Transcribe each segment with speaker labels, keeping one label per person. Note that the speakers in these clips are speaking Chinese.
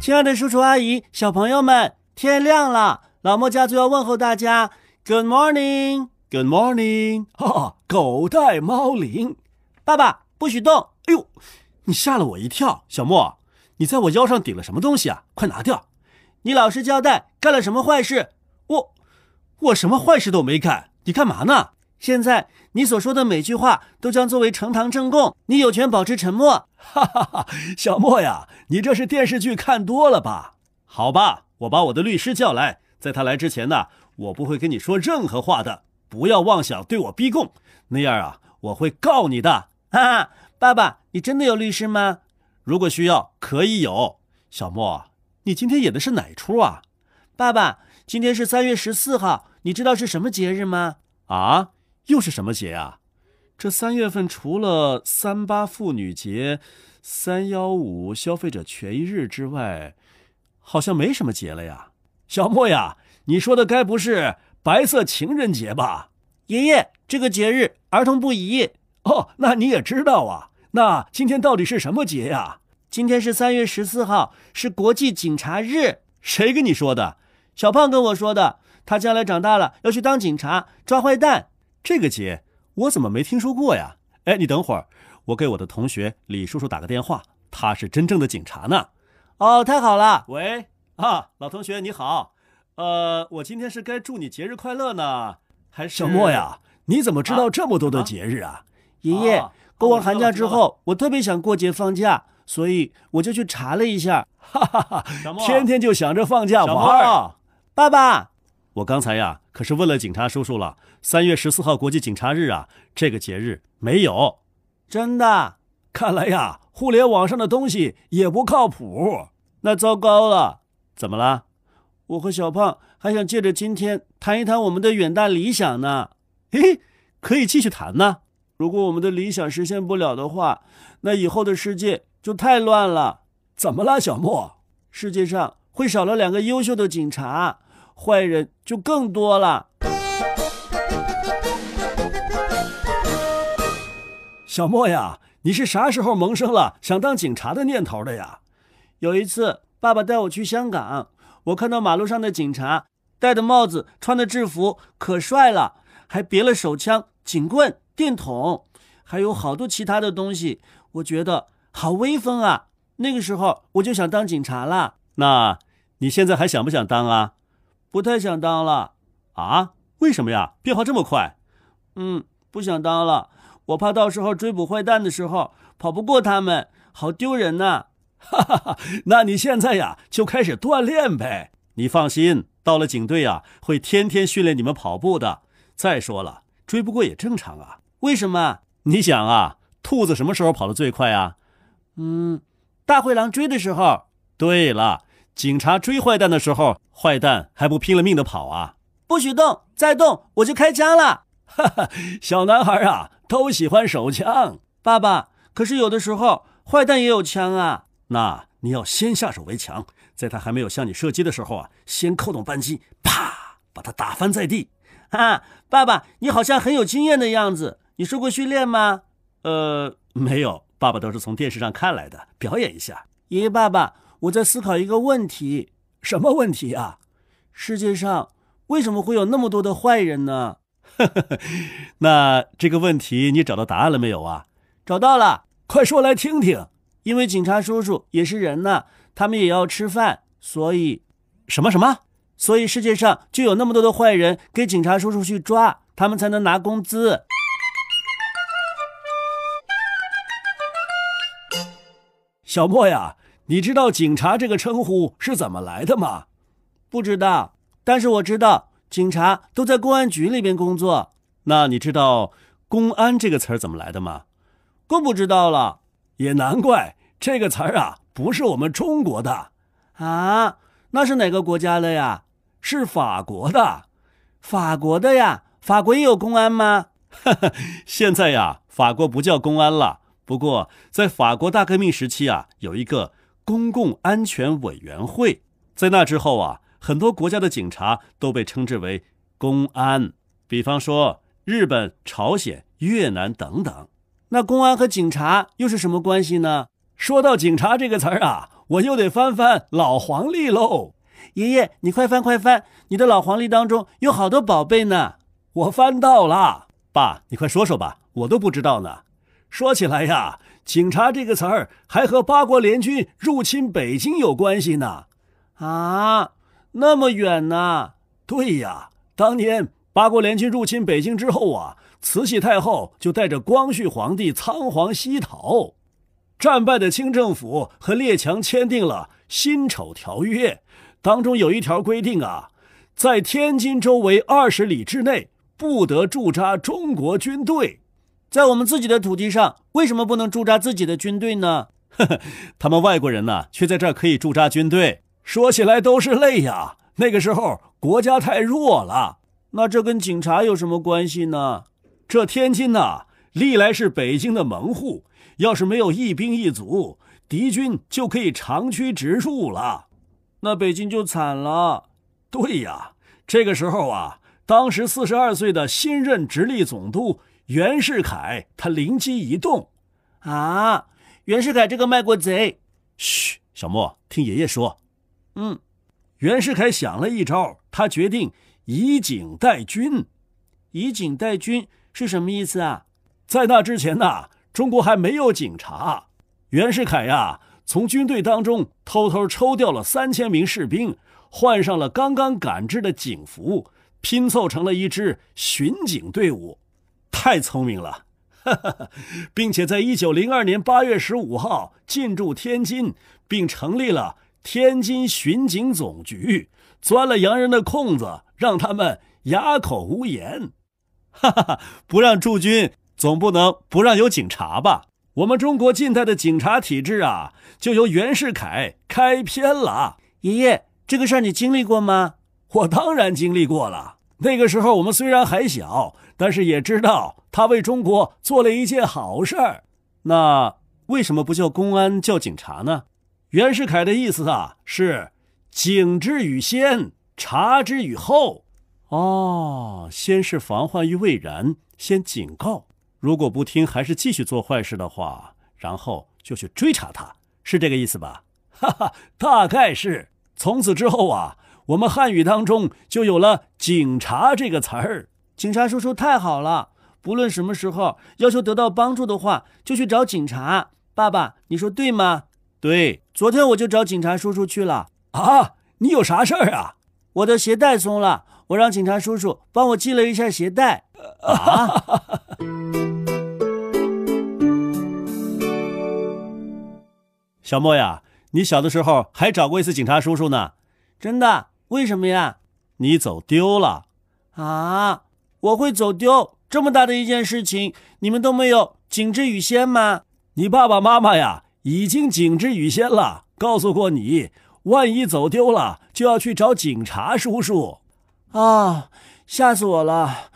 Speaker 1: 亲爱的叔叔阿姨、小朋友们，天亮了，老莫家族要问候大家，Good morning，Good morning，
Speaker 2: 哈、哈，狗带猫铃，
Speaker 1: 爸爸不许动，
Speaker 2: 哎呦，你吓了我一跳，小莫，你在我腰上顶了什么东西啊？快拿掉！
Speaker 1: 你老实交代，干了什么坏事？
Speaker 2: 我，我什么坏事都没干，你干嘛呢？
Speaker 1: 现在你所说的每句话都将作为呈堂证供，你有权保持沉默。
Speaker 2: 哈哈哈，小莫呀，你这是电视剧看多了吧？好吧，我把我的律师叫来，在他来之前呢，我不会跟你说任何话的，不要妄想对我逼供，那样啊，我会告你的。
Speaker 1: 哈、哈，爸爸，你真的有律师吗？
Speaker 2: 如果需要，可以有。小莫，啊你今天演的是哪出啊？
Speaker 1: 爸爸，今天是三月十四号，你知道是什么节日吗？
Speaker 2: 啊，又是什么节啊？这三月份除了三八妇女节、三幺五消费者权益日之外，好像没什么节了呀。小莫呀，你说的该不是白色情人节吧？
Speaker 1: 爷爷，这个节日儿童不宜。
Speaker 2: 哦，那你也知道啊。那今天到底是什么节呀？
Speaker 1: 今天是三月十四号，是国际警察日。
Speaker 2: 谁跟你说的？
Speaker 1: 小胖跟我说的，他将来长大了要去当警察，抓坏蛋。
Speaker 2: 这个节我怎么没听说过呀？哎，你等会儿，我给我的同学李叔叔打个电话，他是真正的警察呢。
Speaker 1: 哦，太好了！
Speaker 2: 喂，啊，老同学你好，呃，我今天是该祝你节日快乐呢，还是
Speaker 1: 小
Speaker 2: 小
Speaker 1: 莫
Speaker 2: 莫
Speaker 1: 呀
Speaker 2: 呀？你怎么
Speaker 1: 知
Speaker 2: 知
Speaker 1: 道
Speaker 2: 道这么多
Speaker 1: 的
Speaker 2: 的节日嗯啊？
Speaker 1: 爷爷，
Speaker 2: 哦
Speaker 1: 过完
Speaker 2: 哦
Speaker 1: 寒
Speaker 2: 知道
Speaker 1: 假
Speaker 2: 了
Speaker 1: 之
Speaker 2: 知道
Speaker 1: 后，我特别想过节放假，所以我就去查了一下。
Speaker 2: 天天就想着放假
Speaker 1: 小莫
Speaker 2: 玩儿。啊
Speaker 1: 爸爸，
Speaker 2: 我刚才呀，可是问了警察叔叔了，三月十四号国际警察日啊，这个节日没有。
Speaker 1: 真的，
Speaker 2: 看来呀，互联网上的东西也不靠谱。
Speaker 1: 那糟糕了！
Speaker 2: 怎么了？
Speaker 1: 我和小胖还想借着今天谈一谈我们的远大理想呢。
Speaker 2: 诶，可以继续谈呢。
Speaker 1: 如果我们的理想实现不了的话，那以后的世界就太乱了。
Speaker 2: 怎么了，小莫？
Speaker 1: 世界上会少了两个优秀的警察，坏人就更多了。
Speaker 2: 小莫呀，你是啥时候萌生了想当警察的念头的呀？
Speaker 1: 有一次，爸爸带我去香港，啊我看到马路上的警察戴的帽子、穿的制服可帅了，还别了手枪、警棍、电筒，还有好多其他的东西，我觉得好威风啊！那个时候我就想当警察啦，
Speaker 2: 那你现在还想不想当啊？
Speaker 1: 不太想当了。
Speaker 2: 啊？为什么呀？变化这么快？
Speaker 1: 嗯，不想当了，我怕到时候追捕坏蛋的时候跑不过他们，好丢人呐、
Speaker 2: 那你现在呀就开始锻炼呗。你放心，到了警队呀，会天天训练你们跑步的。再说了，追不过也正常啊。
Speaker 1: 为什么？
Speaker 2: 你想啊，兔子什么时候跑得最快啊？
Speaker 1: 嗯，大灰狼追的时候
Speaker 2: 对了，警察追坏蛋的时候，坏蛋还不拼了命的跑啊！
Speaker 1: 不许动，再动我就开枪了。
Speaker 2: 小男孩啊，都喜欢手枪。
Speaker 1: 爸爸，可是有的时候坏蛋也有枪啊。
Speaker 2: 那你要先下手为强，在他还没有向你射击的时候啊，先扣动扳机，啪，把他打翻在地。
Speaker 1: 啊，爸爸，你好像很有经验的样子，你受过训练吗？
Speaker 2: 呃，没有，爸爸都是从电视上看来的，表演一下。
Speaker 1: 爷爷，爸爸，我在思考一个问题：
Speaker 2: 什么问题啊？
Speaker 1: 世界上为什么会有那么多的坏人呢？
Speaker 2: 那这个问题你找到答案了没有啊？
Speaker 1: 找到了。
Speaker 2: 快说来听听。
Speaker 1: 因为警察叔叔也是人呐，他们也要吃饭，所以，
Speaker 2: 什么什么？
Speaker 1: 所以世界上就有那么多的坏人给警察叔叔去抓，他们才能拿工资。
Speaker 2: 小莫呀，你知道“警察”这个称呼是怎么来的吗？
Speaker 1: 不知道，但是我知道警察都在公安局里边工作，
Speaker 2: 那你知道“公安”这个词儿怎么来的吗？
Speaker 1: 更不知道了
Speaker 2: 也难怪这个词儿啊，不是我们中国的，
Speaker 1: 啊！那是哪个国家的呀？
Speaker 2: 是法国的。
Speaker 1: 法国的呀？法国也有公安吗？
Speaker 2: 现在呀，法国不叫公安了。不过，在法国大革命时期啊，有一个公共安全委员会。在那之后啊，很多国家的警察都被称之为公安，比方说日本、朝鲜、越南等等。
Speaker 1: 那公安和警察又是什么关系呢？
Speaker 2: 说到警察这个词儿啊，我又得翻翻老黄历喽。
Speaker 1: 爷爷，你快翻快翻，你的老黄历当中有好多宝贝呢。
Speaker 2: 我翻到了，爸，你快说说吧，我都不知道呢。说起来呀，警察这个词儿还和八国联军入侵北京有关系呢。
Speaker 1: 啊，那么远呢？
Speaker 2: 对呀，当年八国联军入侵北京之后啊，慈禧太后就带着光绪皇帝仓皇西逃。战败的清政府和列强签订了《辛丑条约》，当中有一条规定啊，在天津周围二十里之内不得驻扎中国军队。
Speaker 1: 在我们自己的土地上，为什么不能驻扎自己的军队呢？
Speaker 2: 呵呵， 他们外国人呢、啊，却在这儿可以驻扎军队。说起来都是泪呀。那个时候国家太弱了。
Speaker 1: 那这跟警察有什么关系呢？
Speaker 2: 这天津呐、啊，历来是北京的门户，要是没有一兵一卒，敌军就可以长驱直入了。
Speaker 1: 那北京就惨了。
Speaker 2: 对呀，这个时候啊，当时四十二岁的新任直隶总督。袁世凯他灵机一动，
Speaker 1: 啊，袁世凯这个卖国贼！
Speaker 2: 嘘，小莫，听爷爷说。
Speaker 1: 嗯，
Speaker 2: 袁世凯想了一招，他决定以警代军。
Speaker 1: 以警代军是什么意思啊？
Speaker 2: 在那之前呐、啊，中国还没有警察。袁世凯呀、啊，从军队当中偷偷抽调了三千名士兵，换上了刚刚赶制的警服，拼凑成了一支巡警队伍。太聪明了， 哈哈！并且在一九零二年八月十五号进驻天津，并成立了天津巡警总局，钻了洋人的空子，让他们哑口无言。 哈哈！不让驻军，总不能不让有警察吧？我们中国近代的警察体制啊，就由袁世凯开篇了。
Speaker 1: 爷爷，这个事儿你经历过吗？
Speaker 2: 我当然经历过了。那个时候我们虽然还小，但是也知道他为中国做了一件好事儿。
Speaker 1: 那为什么不叫公安叫警察呢？
Speaker 2: 袁世凯的意思啊是“警之于先，察之于后”。
Speaker 1: 哦，先是防患于未然，先警告，如果不听还是继续做坏事的话，然后就去追查他，是这个意思吧？
Speaker 2: 哈哈，大概是。从此之后啊。我们汉语当中就有了“警察”这个词儿。
Speaker 1: 警察叔叔太好了，不论什么时候要求得到帮助的话，就去找警察。爸爸，你说对吗？
Speaker 2: 对，
Speaker 1: 昨天我就找警察叔叔去了。
Speaker 2: 啊，你有啥事儿啊？
Speaker 1: 我的鞋带松了，我让警察叔叔帮我系了一下鞋带。啊！
Speaker 2: 小莫呀，你小的时候还找过一次警察叔叔呢。
Speaker 1: 真的。为什么呀？
Speaker 2: 你走丢了
Speaker 1: 啊！我会走丢这么大的一件事情，你们都没有警之于先吗？
Speaker 2: 你爸爸妈妈呀，已经警之于先了，告诉过你，万一走丢了就要去找警察叔叔。
Speaker 1: 啊，吓死我了！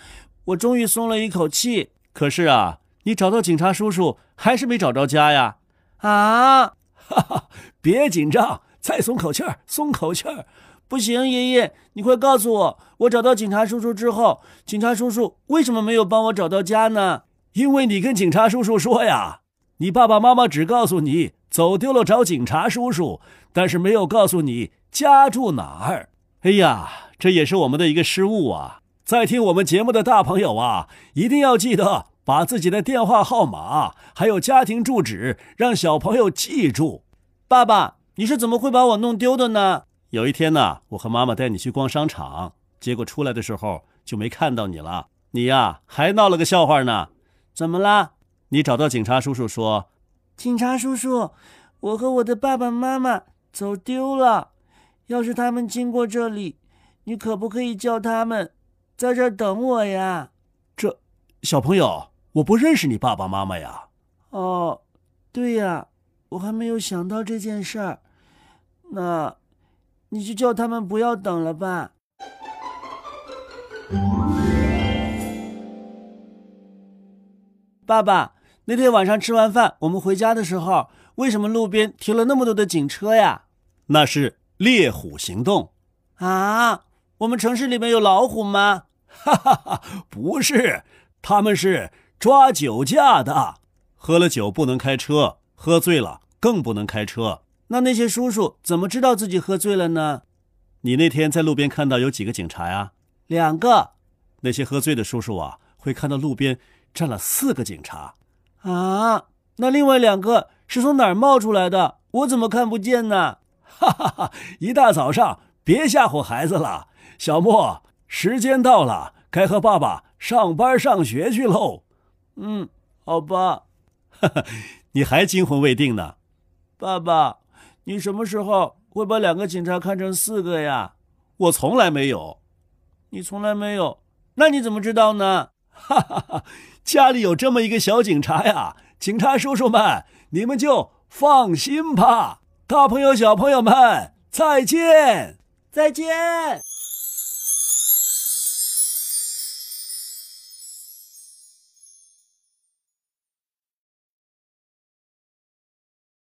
Speaker 1: 我终于松了一口气。
Speaker 2: 可是啊，你找到警察叔叔还是没找着家呀？
Speaker 1: 啊！
Speaker 2: 哈哈，别紧张，再松口气儿，松口气儿。
Speaker 1: 不行，爷爷，你快告诉我，我找到警察叔叔之后，警察叔叔为什么没有帮我找到家呢？
Speaker 2: 因为你跟警察叔叔说呀，你爸爸妈妈只告诉你走丢了找警察叔叔，但是没有告诉你家住哪儿。哎呀，这也是我们的一个失误啊！在听我们节目的大朋友啊，一定要记得把自己的电话号码还有家庭住址让小朋友记住。
Speaker 1: 爸爸，你是怎么会把我弄丢的呢？
Speaker 2: 有一天呢、啊，我和妈妈带你去逛商场，结果出来的时候就没看到你了。你呀、啊，还闹了个笑话呢。
Speaker 1: 怎么啦？
Speaker 2: 你找到警察叔叔说：“
Speaker 1: 警察叔叔，我和我的爸爸妈妈走丢了。要是他们经过这里，你可不可以叫他们在这儿等我呀？”
Speaker 2: 这，小朋友，我不认识你爸爸妈妈呀。
Speaker 1: 哦，对呀，我还没有想到这件事儿。那。你就叫他们不要等了吧。爸爸，那天晚上吃完饭，我们回家的时候，为什么路边停了那么多的警车呀？
Speaker 2: 那是猎虎行动
Speaker 1: 啊！我们城市里面有老虎吗？
Speaker 2: 哈哈哈，不是，他们是抓酒驾的。喝了酒不能开车，喝醉了更不能开车。
Speaker 1: 那那些叔叔怎么知道自己喝醉了呢？
Speaker 2: 你那天在路边看到有几个警察呀？
Speaker 1: 两个。
Speaker 2: 那些喝醉的叔叔啊，会看到路边站了四个警察。
Speaker 1: 啊，那另外两个是从哪儿冒出来的？我怎么看不见呢？
Speaker 2: 哈哈哈！ 一大早上，别吓唬孩子了。小莫，时间到了，该和爸爸上班上学去喽。
Speaker 1: 嗯，好吧。
Speaker 2: 哈哈，你还惊魂未定呢。
Speaker 1: 爸爸，你什么时候会把两个警察看成四个呀？
Speaker 2: 我从来没有。
Speaker 1: 你从来没有？那你怎么知道呢？
Speaker 2: 哈哈哈！ 家里有这么一个小警察呀，警察叔叔们，你们就放心吧。大朋友、小朋友们，再见！
Speaker 1: 再见。